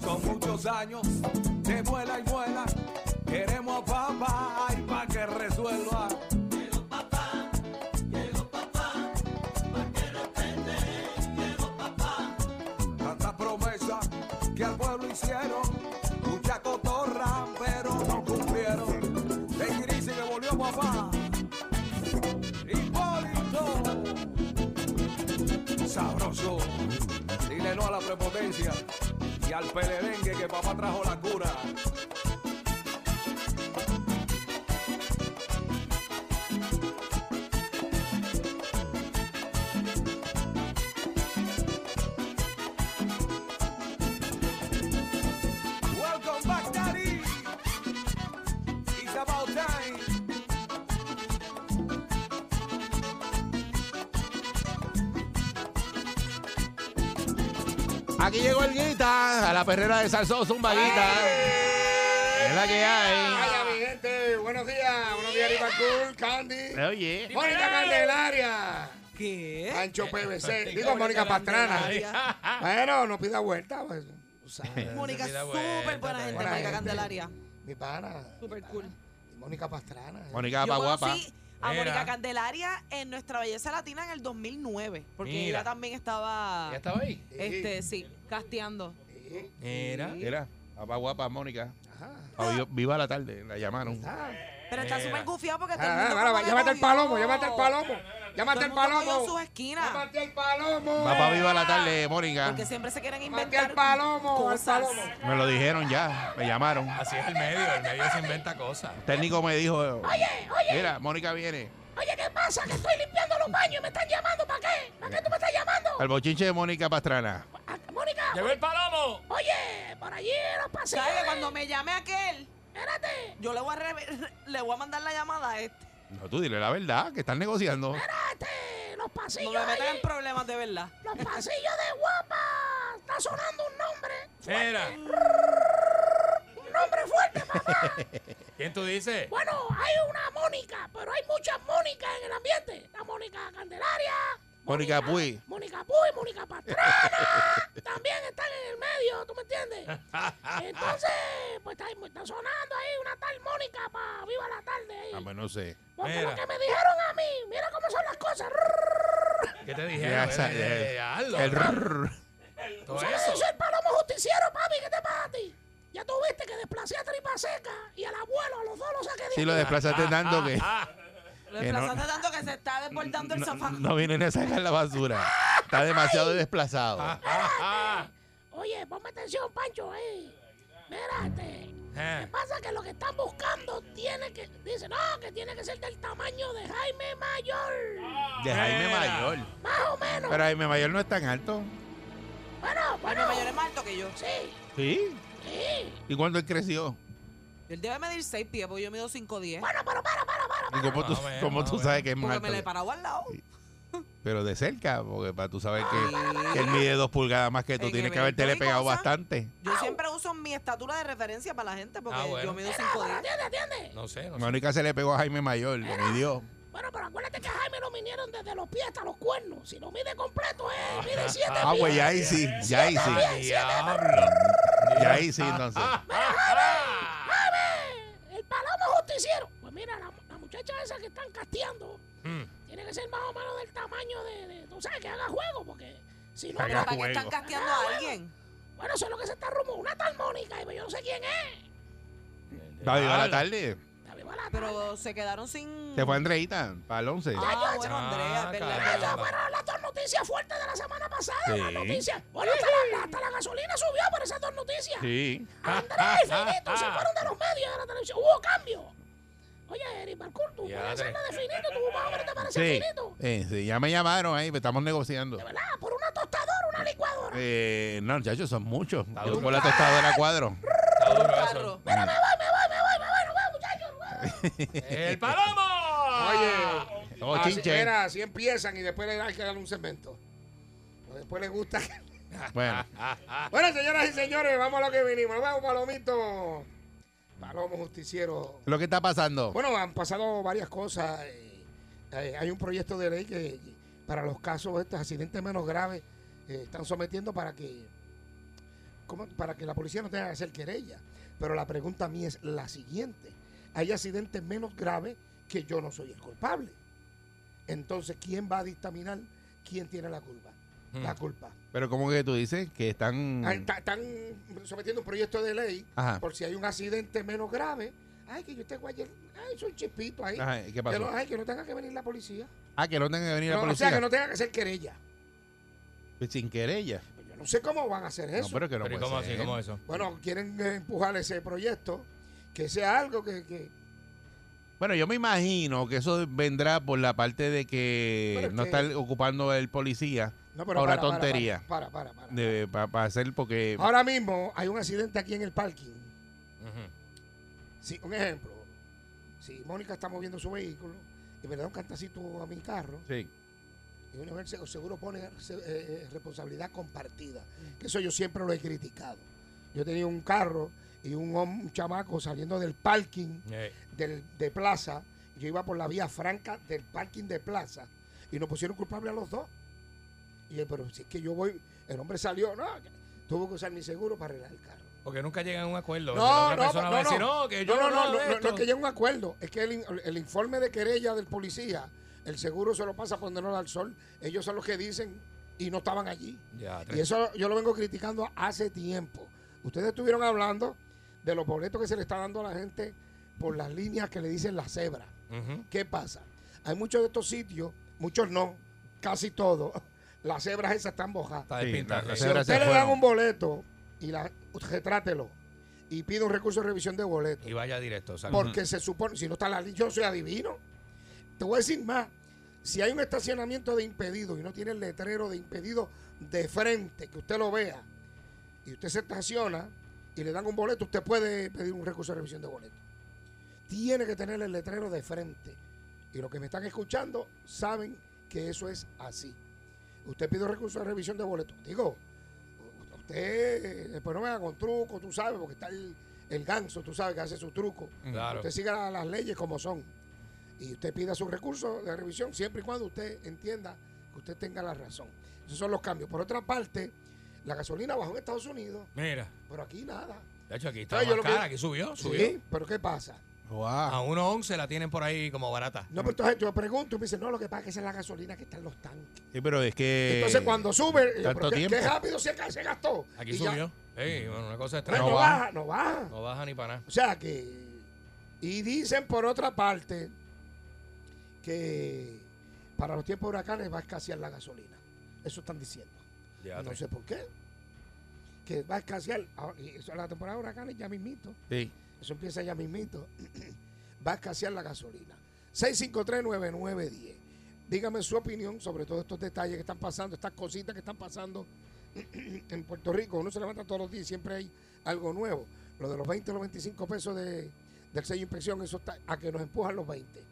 Son muchos años de muela y muela. Queremos a papá y pa' que resuelva. Tantas promesas que al pueblo hicieron, mucha cotorra, pero no cumplieron. De crisis que volvió papá. Hipólito, sabroso. Dile no a la prepotencia y al pelerengue que papá trajo la cura. Welcome back, Daddy. It's about time. Aquí llegó el guita a la perrera de Salsón Zumbaguita. Es la que hay. Vaya, mi gente, buenos días, buenos días, Liverpool, Candy, Oye. Mónica Candelaria, ¿Qué? Eh, Ancho PVC, digo Mónica Pastrana. Bueno, no pida vuelta, pues, tú sabes. Eh. Mónica, Mira, súper buena buena gente, gente. Mónica Candelaria. Mi pana. Súper mi cool. pana, y Mónica Pastrana. eh. Mónica Yo pa' guapa. conocí a Mira. Mónica Candelaria en Nuestra Belleza Latina en el 2009, porque Mira. ella también estaba, ¿Ya estaba ahí? este, sí, casteando. Sí, Era. Mira, papá guapa, Mónica. ajá. Ah, viva- Viva la tarde, la llamaron. Ah, Pero está Mira. súper gufiado porque todo el ah, mundo ah, como que Llámate el cogió- palomo, llámate el palomo, Todo llámate el el mundo cogió palomo. sus esquinas, Llámate el palomo. Papá, viva la tarde, Mónica. porque siempre se quieren Llámate inventar al palomo, al cosas. palomo. Me lo dijeron ya, me llamaron. Así es el medio, el medio se inventa cosas. El técnico me dijo, oye, oye. Mira, Mónica viene. Oye, ¿qué pasa? Que estoy limpiando los baños y me están llamando. ¿Para qué? ¿Para qué tú me estás llamando? Al bochinche de Mónica Pastrana. ¡Llegó el palomo! ¿Sabes que cuando me llame aquel, yo le voy, a re- le voy a mandar la llamada a este. No, tú dile la verdad, que están negociando. No me metan en problemas de verdad. Era. ¡Un hombre fuerte, papá! ¿Quién tú dices? Bueno, hay una Mónica, pero hay muchas Mónicas en el ambiente. La Mónica Candelaria, Mónica Puy. Mónica Puy, Mónica Pastrana. también están en el medio, ¿tú me entiendes? Entonces, pues está, está sonando ahí una tal Mónica para Viva la Tarde. Ah, Ahí. pues no sé. Porque Mira. lo que me dijeron a mí, mira cómo son las cosas. ¿Qué te Ya, dijeron? esa- Eh, eh, eh, hazlo. El rrrr. Todo Yo eso. soy el palomo justiciero, papi, ¿qué te pasa a ti? Ya tú viste que desplacé a Tripa Seca y al abuelo, a los dos los saqué de Si lo desplazaste tanto que Lo Que no- desplazaste tanto que se está desbordando el no, zafacón. no vienen a sacar la basura. Está demasiado desplazado. Oye, ponme atención, Pancho, eh. Mira, este, Eh, pasa que lo que están buscando tiene que dice no que tiene que ser del tamaño de Jaime Mayor De Jaime Mira. Mayor. más o menos Pero Jaime Mayor no es tan alto. bueno Ay, mi bueno mayor es más alto que yo. sí Sí. sí ¿Y cuándo él creció? Él debe medir 6 pies, porque yo mido 5'10. bueno pero para para para ¿Y cómo Más tú, o menos, cómo más tú o sabes que es más Porque me alto? le he parado al lado. Pero de cerca, porque para tú sabes que, Ay. que él mide dos pulgadas más que tú. En Tienes que eventos habértele y pegado cosas. bastante. Yo siempre uso mi estatura de referencia para la gente, porque Ah, bueno. yo mido 5'10. entiende entiende no sé, no sé. Mónica se le pegó a Jaime Mayor, lo midió. bueno pero acuérdate que a Jaime lo vinieron desde los pies hasta los cuernos si lo mide completo eh mide siete Ah, pies. pues ya ahí sí, ya ahí sí. ¡Ah, diablo! Ya Ah, ahí sí, entonces. el palomo justiciero pues mira la, la muchacha esa que están casteando Hmm. Mm. tiene que ser más o menos del tamaño de, de tú sabes que haga juego porque si no Haga ¿Para qué juego. están casteando a alguien? bueno eso es lo que se está rumorando una tal Mónica y pues yo no sé quién es Va viva la tarde. la viva la Pero se quedaron sin... Se fue ah, Andreita para el 11. Ah, bueno, Andrea, es verdad. es Esas verdad. fueron las dos noticias fuertes de la semana pasada. Sí. Las noticias. Bueno, hasta la, hasta la gasolina subió por esas dos noticias. Sí. Andrés y Finito se fueron de los medios de la televisión. Hubo cambio. Oye, Eric Marcur, tú Ya, puedes hacer la Andrés. de Finito. Tú más o menos te pareces Sí. Finito. Eh, sí, ya me llamaron ahí, pero estamos negociando. De verdad, por una tostadora, una licuadora. Eh, no, muchachos, son muchos. Yo duro. por la tostadora cuadro. Ah, Está duro Un eso. carro. Mira, me voy, me voy, me voy, me voy. Nos vemos. ¡El palomo! Oye, Oh, así, chinche. mira, así empiezan y después le dan que darle un cemento. Después les gusta. Bueno, bueno, señoras y señores, vamos a lo que vinimos. Vamos, Palomito. Palomo Justiciero. lo que está pasando. Bueno, han pasado varias cosas. eh, eh, hay un proyecto de ley que para los casos de estos accidentes menos graves eh, están sometiendo para que ¿cómo? para que la policía no tenga que hacer querella. Pero la pregunta mía es la siguiente. Hay accidentes menos graves que yo no soy el culpable. Entonces, ¿quién va a dictaminar quién tiene la culpa? Mm. La culpa. Pero como que tú dices que están... Ah, está- Están sometiendo un proyecto de ley Mm. Ajá. por si hay un accidente menos grave. Ay, que yo tengo ayer. Ay, soy chispito ahí. Ajá, ¿y ¿Qué Que pasó? no, ay, que no tenga que venir la policía. Ah, que no tenga que venir la No, o policía. sea, que no tenga que ser querella. Pues Sin querella. Yo no sé cómo van a hacer eso. No, pero que no Pero ¿y puede cómo ser. así? ¿Cómo eso? Bueno, quieren eh, empujar ese proyecto, que sea algo que... que- Bueno, yo me imagino que eso vendrá por la parte de Pero que es no que- está ocupando el policía no, Para una tontería. Para, para, para. de, para hacer porque... Ahora mismo hay un accidente aquí en el parking. Sí, un ejemplo. Si Mónica está moviendo su vehículo y me le da un cantacito a mi carro, Sí. y una vez el seguro pone eh, eh, responsabilidad compartida. Que eso yo siempre lo he criticado. Yo tenía un carro y un, hom- un chamaco saliendo del parking Eh, del- de plaza. Yo iba por la vía franca del parking de plaza y nos pusieron culpable a los dos. Y yo, pero si es que yo voy, el hombre salió, no, tuvo que usar mi seguro para arreglar el carro. Porque nunca llegan a un acuerdo. No, la otra no, persona no, va a no. decir, no, que yo no, no, no, no, de no, esto". es que llegue a un acuerdo. Es que el, in- el informe de querella del policía, el seguro se lo pasa a ponerlo al sol. Ellos son los que dicen y no estaban allí. Ya, Y eso yo lo vengo criticando hace tiempo. Ustedes estuvieron hablando de los boletos que se le está dando a la gente por las líneas que le dicen la cebra. Ujú. ¿Qué pasa? Hay muchos de estos sitios, muchos no, casi todos, las cebras esas están bojadas. Está Sí, despintada. la- la Sí. Si a cebra- usted se le dan fueron. un boleto y la, retrátelo y pide un recurso de revisión de boleto, Y vaya directo. salud. porque se supone, si no está la línea, yo soy adivino. Te voy a decir más, si hay un estacionamiento de impedido y no tiene el letrero de impedido de frente, que usted lo vea, y usted se estaciona y le dan un boleto, usted puede pedir un recurso de revisión de boleto. Tiene que tener el letrero de frente. Y los que me están escuchando saben que eso es así. Usted pide un recurso de revisión de boleto. Digo, usted eh, después no me haga con truco, tú sabes, porque está el, el ganso, tú sabes que hace su truco. Mm. Claro. Usted siga la- las leyes como son. Y usted pida sus recursos de revisión siempre y cuando usted entienda que usted tenga la razón. Esos son los cambios. Por otra parte, la gasolina bajó en Estados Unidos, Mira. pero aquí nada. De hecho, aquí está Ay, yo más lo que- cara. Aquí subió, Sí, subió. pero ¿qué pasa? A 1.11 la tienen por ahí como barata. No, pero entonces yo pregunto y me dicen, no, lo que pasa es que esa es la gasolina que está en los tanques. Sí, pero es que... Entonces cuando sube, yo, Eh, tanto pero ¿qué, tiempo. qué rápido se, ca- se gastó. Aquí Y ya. subió. Ey, bueno, una cosa Ay, extraña. No, No No, baja, no baja. baja ni para nada. O sea que. Y dicen por otra parte que para los tiempos de huracanes va a escasear la gasolina. Eso están diciendo. Ya, no tres. sé por qué. Que va a escasear. ahora- y eso, la temporada de huracanes ya mismito. Sí. Eso empieza ya mismito. Va a escasear la gasolina. 6539910. Dígame su opinión sobre todos estos detalles que están pasando, estas cositas que están pasando en Puerto Rico. Uno se levanta todos los días y siempre hay algo nuevo. Lo de los 20 o los 25 pesos de, del sello de inspección, eso está a que nos empujan los 20. Mm.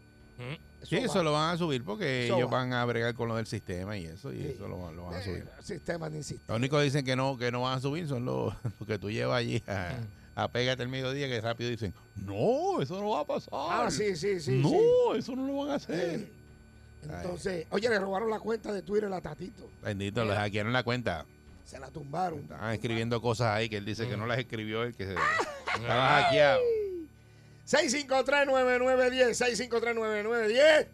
Sí, va. Eh, eso lo van a subir porque Eso ellos va. van a bregar con lo del sistema y eso, y Sí. eso lo, lo van a Eh, subir. sistema de insisto. Lo único que dicen que no, que no van a subir son los, los que tú llevas allí a, Mm. a pégate el mediodía que rápido dicen, no, eso no va a pasar. Ah, sí, sí, sí. no, sí. eso no lo van a hacer. Entonces, oye, le robaron la cuenta de Twitter a Tatito. Bendito, les hackearon la cuenta. Se la tumbaron. Estaban escribiendo cosas ahí que él dice que Mm. no las escribió él, que se estaba hackeado. 6539910, 6539910.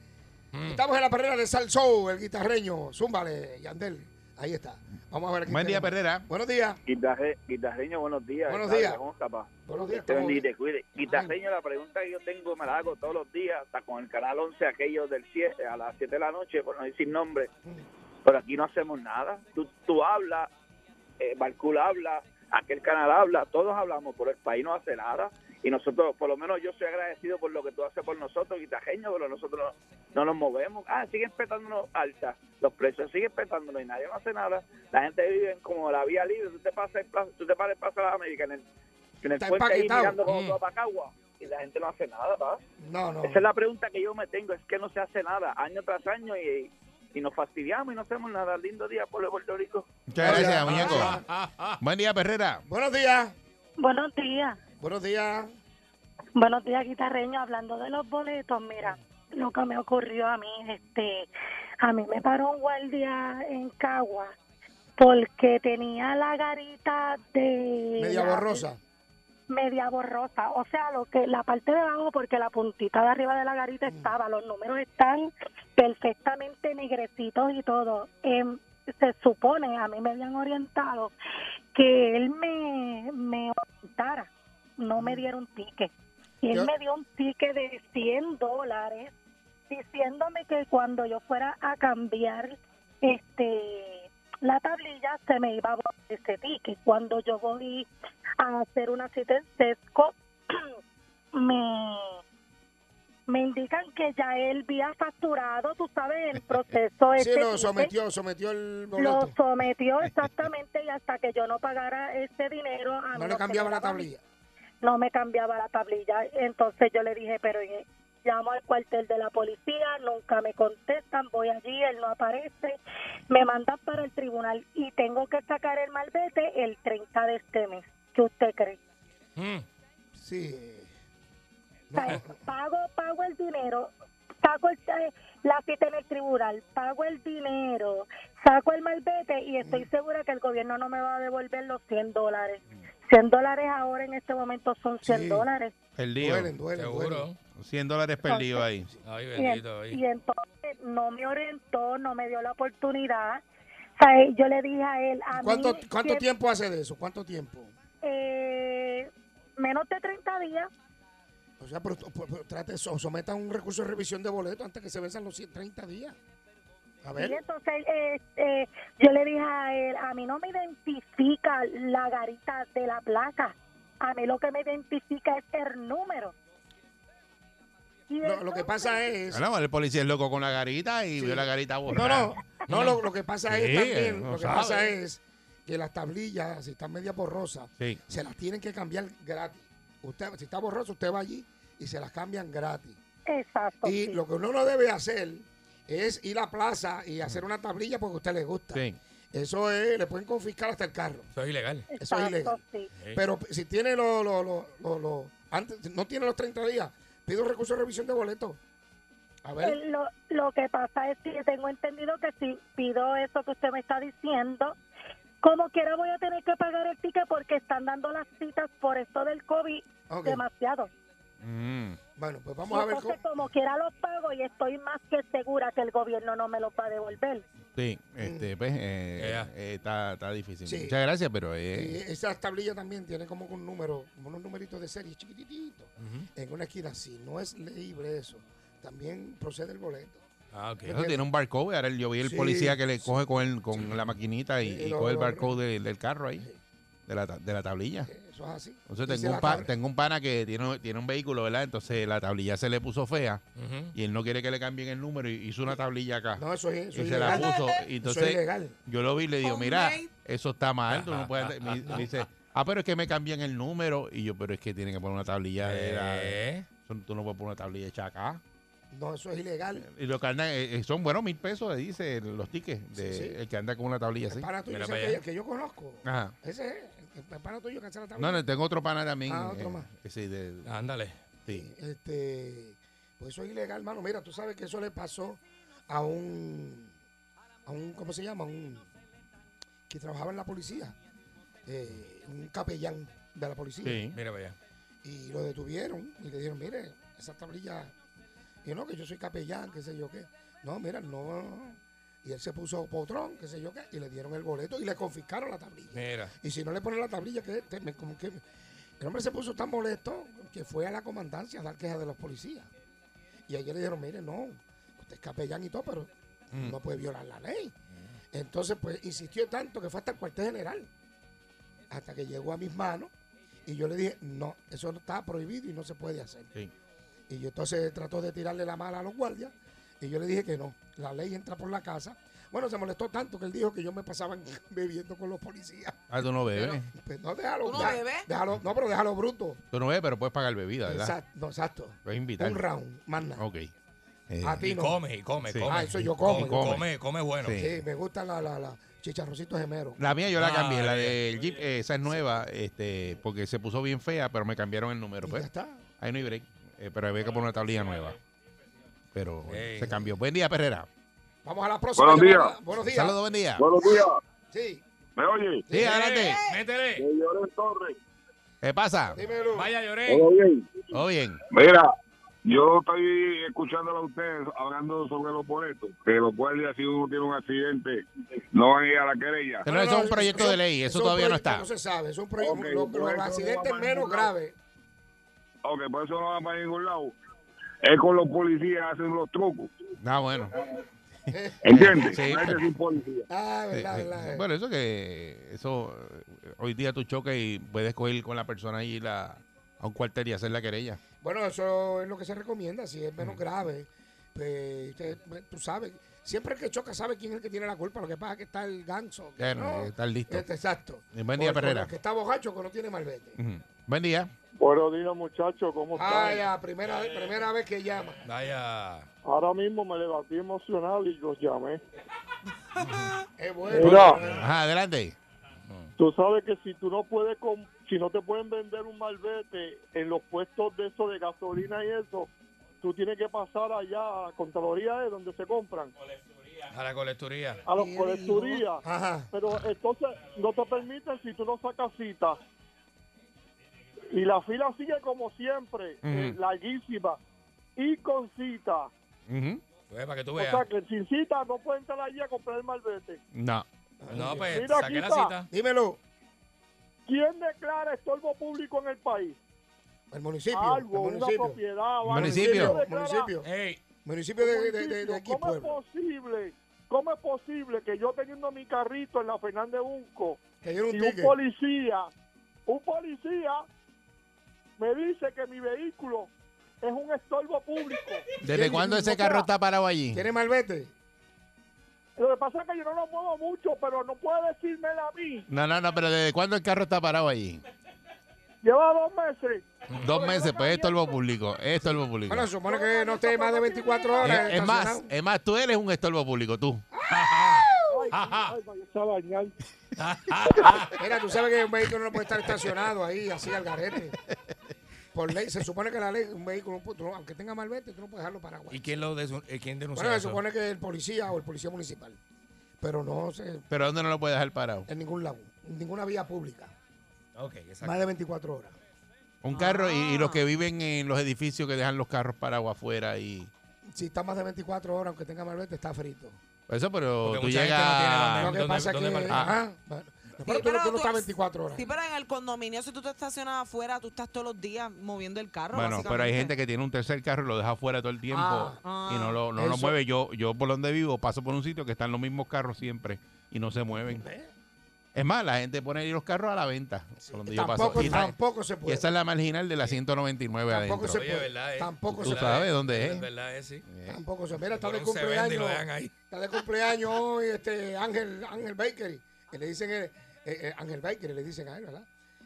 Mm. Estamos en la perrera de Salsou, el guitarreño. Zúmbale, Yandel. Ahí está. Vamos a ver aquí. Buen día, tenemos. Perrera. Buenos días. Guitarre- guitarreño, buenos días. Buenos Tarde, días. ¿Cómo está, pa? Buenos días. Te ¿cómo bendiga y ves? te cuide. Guitarreño, la pregunta que yo tengo me la hago todos los días, hasta con el canal 11, aquellos del 7, a las 7 de la noche, por no decir nombre. Mm. Pero aquí no hacemos nada. Tú, tú hablas, eh, Barcul habla, aquel canal habla, todos hablamos, pero el país no hace nada. Y nosotros, por lo menos yo soy agradecido por lo que tú haces por nosotros, guitarreño, pero nosotros no, no nos movemos. Ah, siguen petándonos altas, los precios siguen petándonos y nadie no hace nada. La gente vive como la vía libre, tú te pasas el plaza, tú te paras el plaza de la América en el, en el Está puente ahí empaquetado. Mm. mirando como Mm. todo para Cagua. y la gente no hace nada, ¿va? No, no. Esa es la pregunta que yo me tengo, es que no se hace nada año tras año y, y nos fastidiamos y no hacemos nada. Lindo día, pueblo de Puerto Rico. Muchas gracias, muñeco. Buen día, Perrera. Buenos días. Buenos días. Buenos días. Buenos días, guitarreño. Hablando de los boletos, mira, lo que me ocurrió a mí, este, a mí me paró un guardia en Cagua porque tenía la garita de Media la- borrosa. media borrosa, o sea, lo que la parte de abajo porque la puntita de arriba de la garita estaba, los números están perfectamente negrecitos y todo. Em, se supone, a mí me habían orientado que él me me orientara, no me diera un ticket. Y él Yo- me dio un ticket de 100 dólares diciéndome que cuando yo fuera a cambiar este la tablilla se me iba a borrar ese ticket. Cuando yo voy a hacer una cita en Sesco, me, me indican que ya él había facturado, tú sabes, el proceso Sí, este lo ticket. sometió, sometió el Lo boleto. sometió exactamente y hasta que yo no pagara ese dinero a mí No se le me cambiaba la daba mi- tablilla. no me cambiaba la tablilla. Entonces yo le dije, pero eh, llamo al cuartel de la policía, nunca me contestan, voy allí, él no aparece, me mandan para el tribunal y tengo que sacar el malvete el 30 de este mes. ¿Qué usted cree? Mm. Sí. O sea, pago, pago el dinero, saco el- eh, la cita en el tribunal, pago el dinero, saco el malvete y estoy segura que el gobierno no me va a devolver los 100 dólares. 100 dólares ahora en este momento son 100 Sí. dólares. Perdido. Duelen, duelen, duelen. Seguro. 100 dólares perdido ahí. Ay, Y, en- bendito. ay. y entonces no me orientó, no me dio la oportunidad. O sea, eh, yo le dije a él, a ¿Cuánto, mí, cuánto que- tiempo hace de eso? ¿Cuánto tiempo? eh, menos de 30 días. O sea, pero, pero- pero trate, so- someta un recurso de revisión de boleto antes que se venzan los 130 días. A Y ver. entonces eh, eh, yo le dije a él, a mí no me identifica la garita de la placa. A mí lo que me identifica es el número. Y Lo, lo que entonces- pasa es. Bueno, el policía es loco con la garita y vio la garita No, borrada. no. No, lo, lo que pasa Sí, es también. no Lo que sabe. pasa es que las tablillas, si están media borrosas, Sí. se las tienen que cambiar gratis. Usted, si está borroso, usted va allí y se las cambian gratis. Exacto. Y sí. lo que uno no debe hacer es ir a la plaza y hacer una tablilla porque a usted le gusta. Sí. Eso es, le pueden confiscar hasta el carro. Eso es ilegal. eso es Exacto, ilegal. sí. Pero si tiene los, lo, lo, lo- lo- antes, no tiene los 30 días, pide un recurso de revisión de boleto. A ver, Eh, Lo, lo que pasa es que yo tengo entendido que si pido eso que usted me está diciendo, como quiera voy a tener que pagar el ticket porque están dando las citas por esto del COVID Ok. demasiado. Mm. bueno, pues vamos a ver cómo. Entonces, como quiera los pago y estoy más que segura que el gobierno no me los va a devolver. Sí, este, pues, eh, Ya. eh, está, está difícil. Mm. Sí. Muchas gracias, pero Y eh, esas tablillas también tienen como un número, como unos numeritos de serie chiquitititos en una esquina. Si no es leíble eso, también procede el boleto. Ah, ok. eso tiene un barcode. Ahora yo vi el Sí, policía que le coge con, el- con la maquinita y, Sí, y lo- coge el lo- barcode del- del carro ahí, de la, ta- de la tablilla. Eso es así. Entonces Y se tengo la un, pa- cobran. tengo un pana que tiene, tiene un vehículo, ¿verdad? Entonces la tablilla se le puso fea Ujú. y él no quiere que le cambien el número y hizo una tablilla acá. No, eso es, eso y es se la ilegal. puso. Y Eso es entonces ilegal. yo lo vi y le digo, mira, Homemade. eso está mal. tú no puedes hacer-". Me- me dice, ah, pero es que me cambian el número. Y yo, pero es que tienen que poner una tablilla de la- Eh, Eso no- Tú no puedes poner una tablilla hecha acá. No, eso es ilegal. Y lo que andan, eh, eh, son buenos mil pesos, le dice los tickets, de, Sí, sí. el que anda con una tablilla así. El pana tuyo Mira ese para que, allá. que yo conozco. Ajá. Ese es el, el pana tuyo que hace la tablilla. Ah. No, no, tengo otro pana también. Ah, otro eh, más. Ah. que sí, de- ándale. sí. Este, pues eso es ilegal, mano. Mira, tú sabes que eso le pasó a un, a un, ¿cómo se llama? Un que trabajaba en la policía, eh, un capellán de la policía, Sí. Mira para allá. y lo detuvieron y le dijeron, mire, esa tablilla, y no, que yo soy capellán, qué sé yo qué. No, mira, no. Y él se puso potrón, qué sé yo qué, y le dieron el boleto y le confiscaron la tablilla. Mira. Y si no le ponen la tablilla, que te- me- como que el hombre se puso tan molesto que fue a la comandancia a dar quejas de los policías. Y ayer le dijeron, mire, no, usted es capellán y todo, pero no puede violar la ley. Entonces, pues, insistió tanto que fue hasta el cuartel general. Hasta que llegó a mis manos y yo le dije, no, eso no está prohibido y no se puede hacer. Sí. Y yo entonces trató de tirarle la mala a los guardias y yo le dije que no, la ley entra por la casa, Bueno, se molestó tanto que él dijo que yo me pasaba bebiendo con los policías. Ah, tú no bebes. Pues no, déjalo. ¿Tú no da- bebes? déjalo- no, pero déjalo bruto. Tú no bebes, pero puedes pagar bebida, ¿verdad? Exacto, no, exacto. Puedes invitar. Un round, más nada. Ok. Eh, A ti Y no. come, y come, Sí. come. Ah, eso yo Y como, yo Come, como. come, bueno. Sí. Sí, me gustan la, la, la chicharrocitos gemeros. La mía yo la Ah, cambié, la bien. del Jeep, eh, esa es nueva, este, porque se puso bien fea, pero me cambiaron el número. Y Pues, ya está. ahí no hay break, eh, pero había que poner una tablilla nueva. Pero eh, Ey. se cambió. Buen día, Perrera. Vamos a la próxima. Buenos días. llamada. Buenos días. Saludos, buen día. Buenos días, Sí, ¿me oye? Sí, adelante. Métele. Llorén Torres. ¿Qué pasa? dímelo. Vaya, lloré. ¿Todo bien? ¿Todo bien? Mira, yo estoy escuchándolo a ustedes hablando sobre los boletos, que los guardias si uno tiene un accidente no van a ir a la querella. Pero eso es un proyecto de ley, eso es un todavía no proyecto, está. No se sabe, es un proyecto. Ok, los, por eso accidentes vamos a menos ningún graves. Aunque por pues eso no van para ningún lado. Es con los policías hacen los trucos, Ah, bueno. ¿entiendes? Sí. No es que es un policía. Ah, verdad, Sí, sí. verdad. Eh, Bueno, eso que eso eh, hoy día tú chocas y puedes coger con la persona ahí la, a un cuartel y hacer la querella. Bueno, eso es lo que se recomienda, si es Mm. menos grave. pues, usted- pues, tú sabes, siempre el que choca sabe quién es el que tiene la culpa, lo que pasa es que está el ganso. que Claro, no, que está listo. este, exacto. Y buen día, O- o Perrera. el que está bojacho que no tiene malvete. Ujú. Buen día. Buenos días, muchachos, ¿cómo Ah, están? ya, primera, primera vez que llama. Vaya. Ahora mismo me levanté emocional y los llamé. Es bueno. Mira, Ajá, adelante. tú sabes que si tú no puedes, com- si no te pueden vender un malvete en los puestos de eso de gasolina y eso, tú tienes que pasar allá a la Contraloría es donde se compran, A la colecturía. a los Qué colecturías. Ajá. Pero entonces no te permiten si tú no sacas cita. Y la fila sigue como siempre, eh, Ujú. larguísima, y con cita. Ujú. Pues, para que tú O veas. sea que sin cita no puede entrar allí a comprar el malvete. No. No, pues, Mira, saqué la quita. cita. Dímelo, ¿Quién declara estorbo público en el país? el municipio. Algo, el una municipio. propiedad. o algo. Municipio. ¿Quién Municipio, declara- municipio. Ey, Municipio de, de, de, de aquí, ¿Cómo es pueblo. posible? ¿Cómo es posible que yo teniendo mi carrito en la Fernández Unco Que dieron un y un ticket. policía, un policía me dice que mi vehículo es un estorbo público? ¿Desde Sí, cuándo no ese sea- carro está parado allí? ¿Tiene malvete? Lo que pasa es que yo no lo muevo mucho, pero no puede decírmela a mí. No, no, no, pero ¿desde cuándo el carro está parado allí? Lleva dos meses. Dos meses, pues es estorbo público. Es estorbo público. Bueno, se supone que no esté más de 24 horas. Es, es más, estacionado. es más, tú eres un estorbo público, tú. Ay, ay, vayas a bañar. Mira, tú sabes que un vehículo no puede estar estacionado ahí, así al garete. Por ley, se supone que la ley, un vehículo, no puede- tú no- aunque tenga malvete, tú no puedes dejarlo paraguas. ¿y quién, lo desu- eh, quién denunció Bueno, se eso? supone que el policía o el policía municipal. Pero no se- Pero ¿dónde no lo puedes dejar parado? en ningún lado, en ninguna vía pública. Ok, exacto. Más de 24 horas. Un carro y, y los Ah. que viven en los edificios que dejan los carros parados afuera y... Si está más de 24 horas, aunque tenga malvete, está frito. Eso, pero Porque tú mucha gente llegas... no tiene Ah, dónde- Lo que ¿dónde- pasa es que. dónde parquear? ajá, bueno, pero tú, no- tú no estás 24 horas. Sí, pero en el condominio, si tú te estacionas afuera, tú estás todos los días moviendo el carro. Bueno, pero hay básicamente. gente que tiene un tercer carro y lo deja fuera todo el tiempo Ah, y no lo, no eso- lo mueve. Yo, yo por donde vivo paso por un sitio que están los mismos carros siempre y no se mueven. Es más, la gente pone ahí los carros a la venta. por donde yo paso. Tampoco, Y, la- tampoco se y puede. esa es la marginal de la 199 Tampoco adentro. se Oye, puede. ¿verdad? eh? Tampoco Tú se sabes ¿Verdad, eh? dónde es. ¿Verdad, eh? Sí. Tampoco se Mira, está de Ponen un 7-Eleven y lo dejan cumpleaños. ahí. Está de cumpleaños hoy este Ángel, Ángel Bakery. Que le dicen eh, eh, eh, Ángel Bakery, le dicen a él, ¿verdad?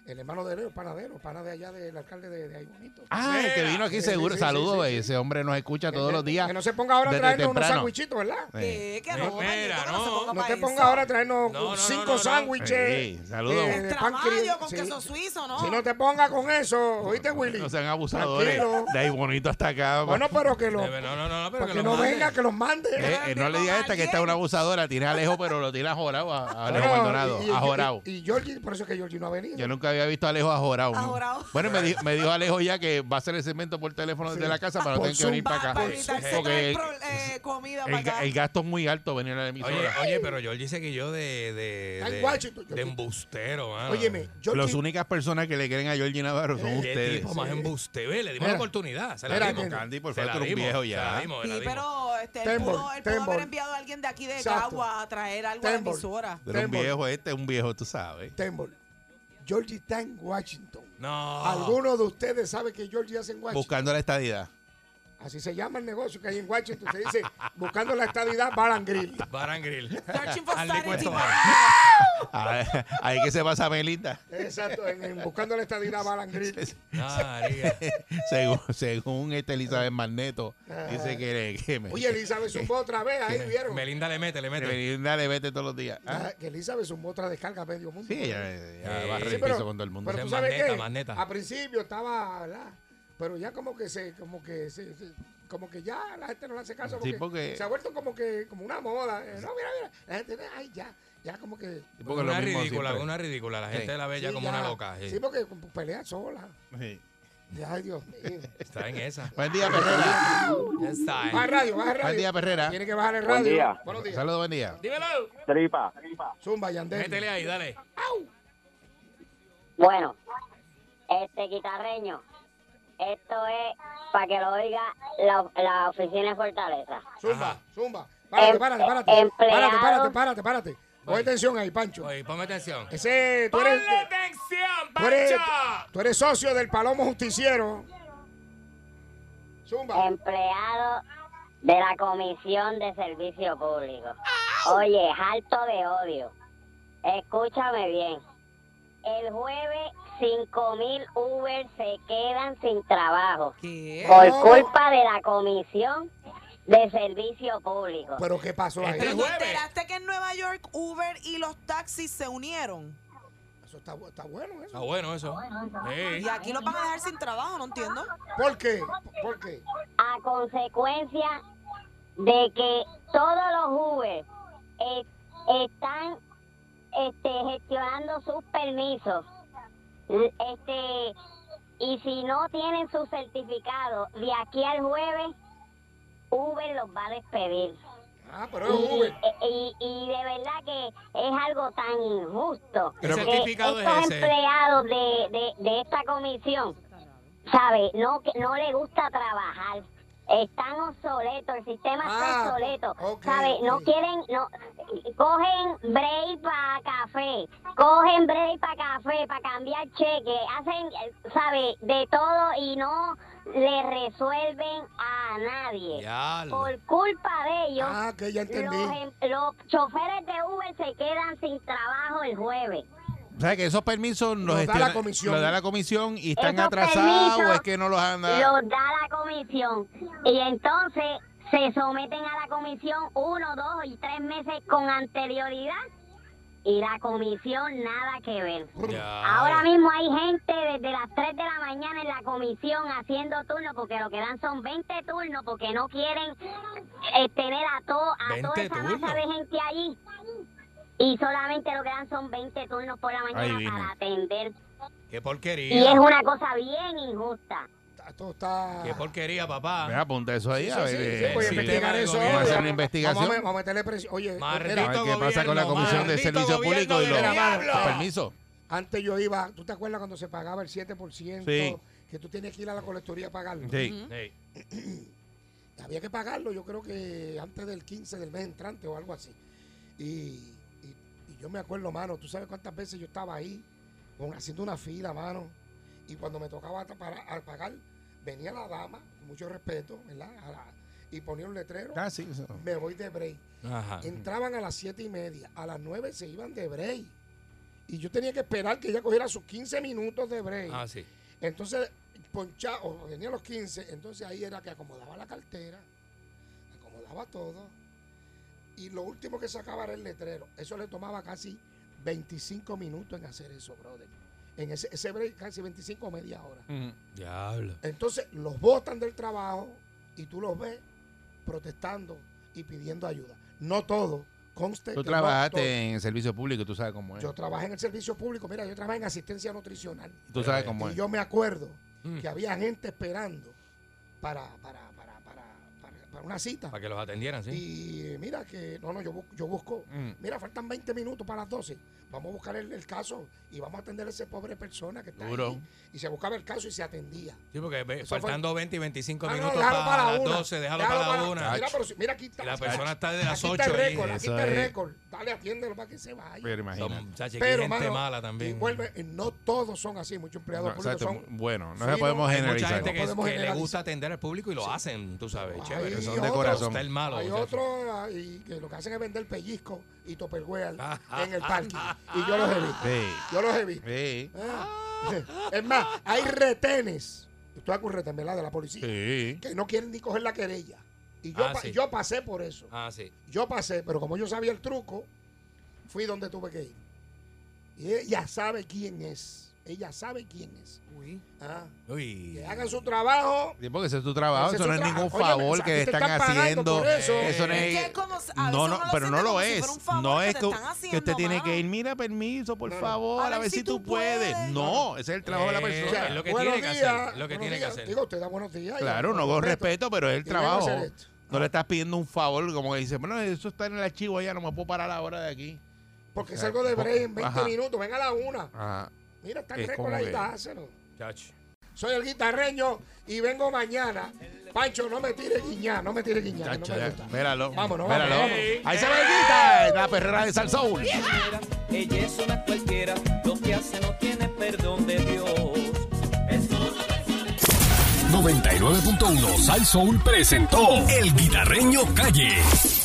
El hermano de él, el panadero, pana de allá del alcalde de, de ahí bonito. Ah, el que vino aquí Sí, sí, seguro. sí, Saludos, sí, sí. ese hombre nos escucha Que- todos los días. Que no se ponga ahora a desde traernos unos temprano. sándwichitos, ¿verdad? Sí. ¿Qué? ¿Qué? No, Mira, maldito, no. no. se ponga No pa' te eso. ponga ahora a traernos No, no, cinco no, no. sándwiches. Sí, saludos. eh, de Extra pan mayo con sí. queso suizo, ¿no? Si no te pongas con eso, ¿oíste, Willy? No sean abusadores. Tranquilo. De ahí bonito hasta acá. Bueno, pues, pero que, lo, Eh, No, no, no, no, pero para que que lo no manden. venga, que los mande. Eh, eh, no le digas a esta que está una abusadora. Tiene a Alejo, pero lo tiene a Jorado. A, a Alejo Bueno, Maldonado. y- y- A Jorado. Y, y Georgie, por eso es que Georgie no ha venido. Yo nunca había visto a Alejo ajorado. ¿no? Ajorado. Bueno, me dijo, me dijo Alejo ya que va a hacer el segmento por teléfono desde Sí. la casa para no Por tener que venir Zoom. para acá. Para evitarse Porque traer el, pro- eh, comida el para ga- acá. el gasto es muy alto venir a la emisora. Oye, oye, pero Georgie se guilló de, de, Está en de- Washington, de Georgie. embustero, mano. Óyeme, Georgie, Las únicas personas que le creen a Georgie Navarro son Qué ustedes. tipo más embustero. Le dimos Mira. la oportunidad. Se la Mira, dimos. que- Candy, por Se favor, la tú eres un dimos, viejo se ya. la dimos, se la Sí, dimos. pero este, él, Tembol, pudo, él pudo Tembol. haber enviado a alguien de aquí de Exacto. Cagua a traer algo a la Tembol. emisora. Tú eres un Tembol. viejo este, un viejo, tú sabes. Tembol, Georgie está en Washington. No. ¿Alguno de ustedes sabe que Georgie hace en Washington? Buscando la estadidad. Así se llama el negocio que hay en Washington. Se dice, buscando la estabilidad, Barangril. Barangril. Searching for Al sanity. licuesto. Ahí ahí que se pasa Melita. Exacto, en, en buscando la estabilidad, Barangril. según, según este Elizabeth Magneto, Ah. dice que, que me- Oye, Elizabeth zumbó otra vez, ahí que- vieron. Melinda le mete, le que mete. Melinda le vete todos los días. Ah, Ah, que Elizabeth zumbó otra descarga a medio mundo. sí, ella, ella Eh, barre sí, el pero- piso con todo el mundo. Pero tú sabes que a principio estaba, ¿verdad? Pero ya como que se, como que se, se- como que ya la gente no le hace caso porque, Sí, porque- se ha vuelto como que como una moda. Eh, No, mira, mira, la gente, ay, ya, ya como que porque una lo mismo ridícula, siempre. una ridícula. La gente Sí. la ve ya Sí, como ya. una loca. sí. Sí, porque como pelea sola. Sí. Ay, Dios mío. Está en esa. Buen día, Perrera. Ya está. ¿eh? Baja el radio, baja el radio. Buen día, Perrera. Tiene que bajar el radio. Buen día. Buenos días. Saludos, buen día. Dímelo. Tripa. Zumba, Yandel. Métele ahí, dale. Bueno, este guitarreño, esto es para que lo oiga la, la oficina de Fortaleza. Zumba, zumba. Párate, Em- párate, párate. empleado. Párate, párate, párate, párate. Pon atención ahí, Pancho. Oye, ponme atención. Ese, tú eres, ¡Ponle atención, tú eres, Pancho! tú eres socio del Palomo Justiciero. Eh, Empleado de la Comisión de Servicio Público. Oye, es alto de odio. Escúchame bien. El jueves 5000 Uber se quedan sin trabajo. Por ¿Cómo? culpa de la Comisión de Servicio Público. ¿Pero qué pasó Este ahí? Pero tú enteraste que en Nueva York Uber y los taxis se unieron. Eso está, bu- está bueno, ¿eh? eso. Está bueno eso. Sí. Y aquí los van a dejar sin trabajo, no entiendo. ¿Por qué? ¿Por qué? a consecuencia de que todos los Uber eh, están este, gestionando sus permisos. L- Este, y si no tienen su certificado, de aquí al jueves, Uber los va a despedir. Ah, pero es Uber. Y, y de verdad que es algo tan injusto. Pero- que ¿Qué certificado es estos ese? empleados de, de, de esta comisión, ¿sabe? No, que no le gusta trabajar. Están obsoletos, el sistema Ah, está obsoleto. ok, ¿Sabe? No ok. quieren, no cogen break para café, cogen break para café, para cambiar cheque, hacen, eh, ¿sabe? De todo y no le resuelven a nadie. Ya lo- Por culpa de ellos, Ah, que ya entendí. Los, em- los choferes de Uber se quedan sin trabajo el jueves. O sea que esos permisos los da gestiona- la comisión. los da la comisión y están Esos atrasados o permisos es que no los han dado. Los da la comisión. Y entonces se someten a la comisión uno, dos y tres meses con anterioridad. Y la comisión nada que ver. Ya. Ahora mismo hay gente desde las 3 de la mañana en la comisión haciendo turnos porque lo que dan son 20 turnos porque no quieren eh, tener a, to- a toda 20 esa turnos. masa de gente allí. Y solamente lo que dan son 20 turnos por la mañana vino. para atender. Y Qué es porquería. una cosa bien injusta. Esto está. Qué porquería, papá. Mira, apunta eso ahí, Sí, a ver. sí, sí, eh, voy a si- investigar del eso. gobierno. Vamos a hacer una Vamos a, investigación. me- vamos a meterle presión. Oye, Maldito A ver espera, qué pasa con la gobierno, Comisión de maldito Servicio gobierno Público y del los diablo. los permisos. antes yo iba, ¿tú te acuerdas cuando se pagaba el 7%? Sí. Que tú tenías que ir a la colectoría a pagarlo. Sí. Ey, Había que pagarlo, yo creo que antes del 15 del mes entrante o algo así. Y, y- y yo me acuerdo, mano, tú sabes cuántas veces yo estaba ahí con- haciendo una fila, mano. Y cuando me tocaba ta- para, al pagar, venía la dama, con mucho respeto, ¿verdad? A la- y ponía un letrero, Ah, sí, eso. me voy de break. Ajá. Entraban a las siete y media, a las 9 se iban de break. Y yo tenía que esperar que ella cogiera sus 15 minutos de break. Ah, sí. Entonces, ponchado, o tenía los 15, entonces ahí era que acomodaba la cartera, acomodaba todo, y lo último que sacaba era el letrero. Eso le tomaba casi 25 minutos en hacer eso, brother. En ese, ese break, casi 25 o media hora. Diablo. Entonces, los botan del trabajo y tú los ves protestando y pidiendo ayuda. No todo, conste. Tú que no todo. trabajaste en servicio público, tú sabes cómo es. Yo trabajé en el servicio público, mira, yo trabajé en asistencia nutricional. Tú sabes cómo Y es. eh, yo me acuerdo Mm. que había gente esperando para, para, para, para, para- para una cita. Para que los atendieran, sí. Y eh, mira que, no, no, yo, bu- yo busco, Mm. mira, faltan 20 minutos para las 12. Vamos a buscar el, el caso y vamos a atender a esa pobre persona que está Duro. ahí. Y se buscaba el caso y se atendía. Sí, porque ve- Eso fue- faltando 20 y 25 Ah, no, minutos déjalo para, para la las una. 12, déjalo, Déjalo para la para- 1. Mira, pero si- mira, aquí está. Y la persona está de las aquí 8 está el récord, ahí. aquí Eso está el es. récord. Dale, atiéndelo para que se vaya. Pero imagínate. Son- chacho, que hay Pero, gente mano, mala y también. vuelve, eh, no Todos son así, muchos empleados No, públicos exacto, son. bueno, no Sí, se podemos Hay mucha generalizar. gente que, podemos que le generalizar. gusta atender al público y lo hacen, tú sabes, chévere. son de corazón. Está el malo. Hay o sea, otros ah, y que lo que hacen es vender pellizco y topperware en el parque. Y yo los he visto. Sí. Yo los he visto. Sí. Ah. Es más, hay retenes. Tú haces un reten, ¿verdad? De la policía. Sí. Que no quieren ni coger la querella. Y yo, Ah, pa- sí. yo pasé por eso. Ah, sí. Yo pasé, pero como yo sabía el truco, fui donde tuve que ir. Y ella sabe quién es. Ella sabe quién es. Ah, Uy. que hagan su trabajo. Sí, porque ese es tu trabajo, Ese es eso tu no es trabajo. ningún Óyeme, favor o sea, que a te ti te están, están pagando haciendo. por eso. Eso no Es es. que como- a veces Eh, no, uno no, lo pero siente no lo como si es. fuera un favor no que es te que, están que usted haciendo, tiene mano. que ir, mira, permiso, por favor, a ver, si tú puedes. No, ese es el trabajo de la Eh, persona. es lo que buenos tiene que días, hacer, lo que buenos tiene que días. hacer. Digo, usted da buenos días. y Claro, con no con respeto, pero es el Y vengo a trabajo. hacer esto. No le estás pidiendo un favor, como que dice, bueno, eso está en el archivo allá, no me puedo parar ahora de aquí. Porque O sea, salgo de break en 20 ajá. minutos, ven a la una. Ajá. Mira, está Es el récord como ahí, que- dáselo. Chacho. Soy el guitarreño y vengo mañana. Pancho, no me tire guiñá, no me tire guiñá. que Chacho, no me ya, gusta. Míralo. Vámonos, míralo. vámonos. Ahí se me quita la perrera de Salsoul. Ella es una cualquiera, lo que hace no tiene perdón de Dios. 99.1 Sal Soul presentó El Guitarreño Calle.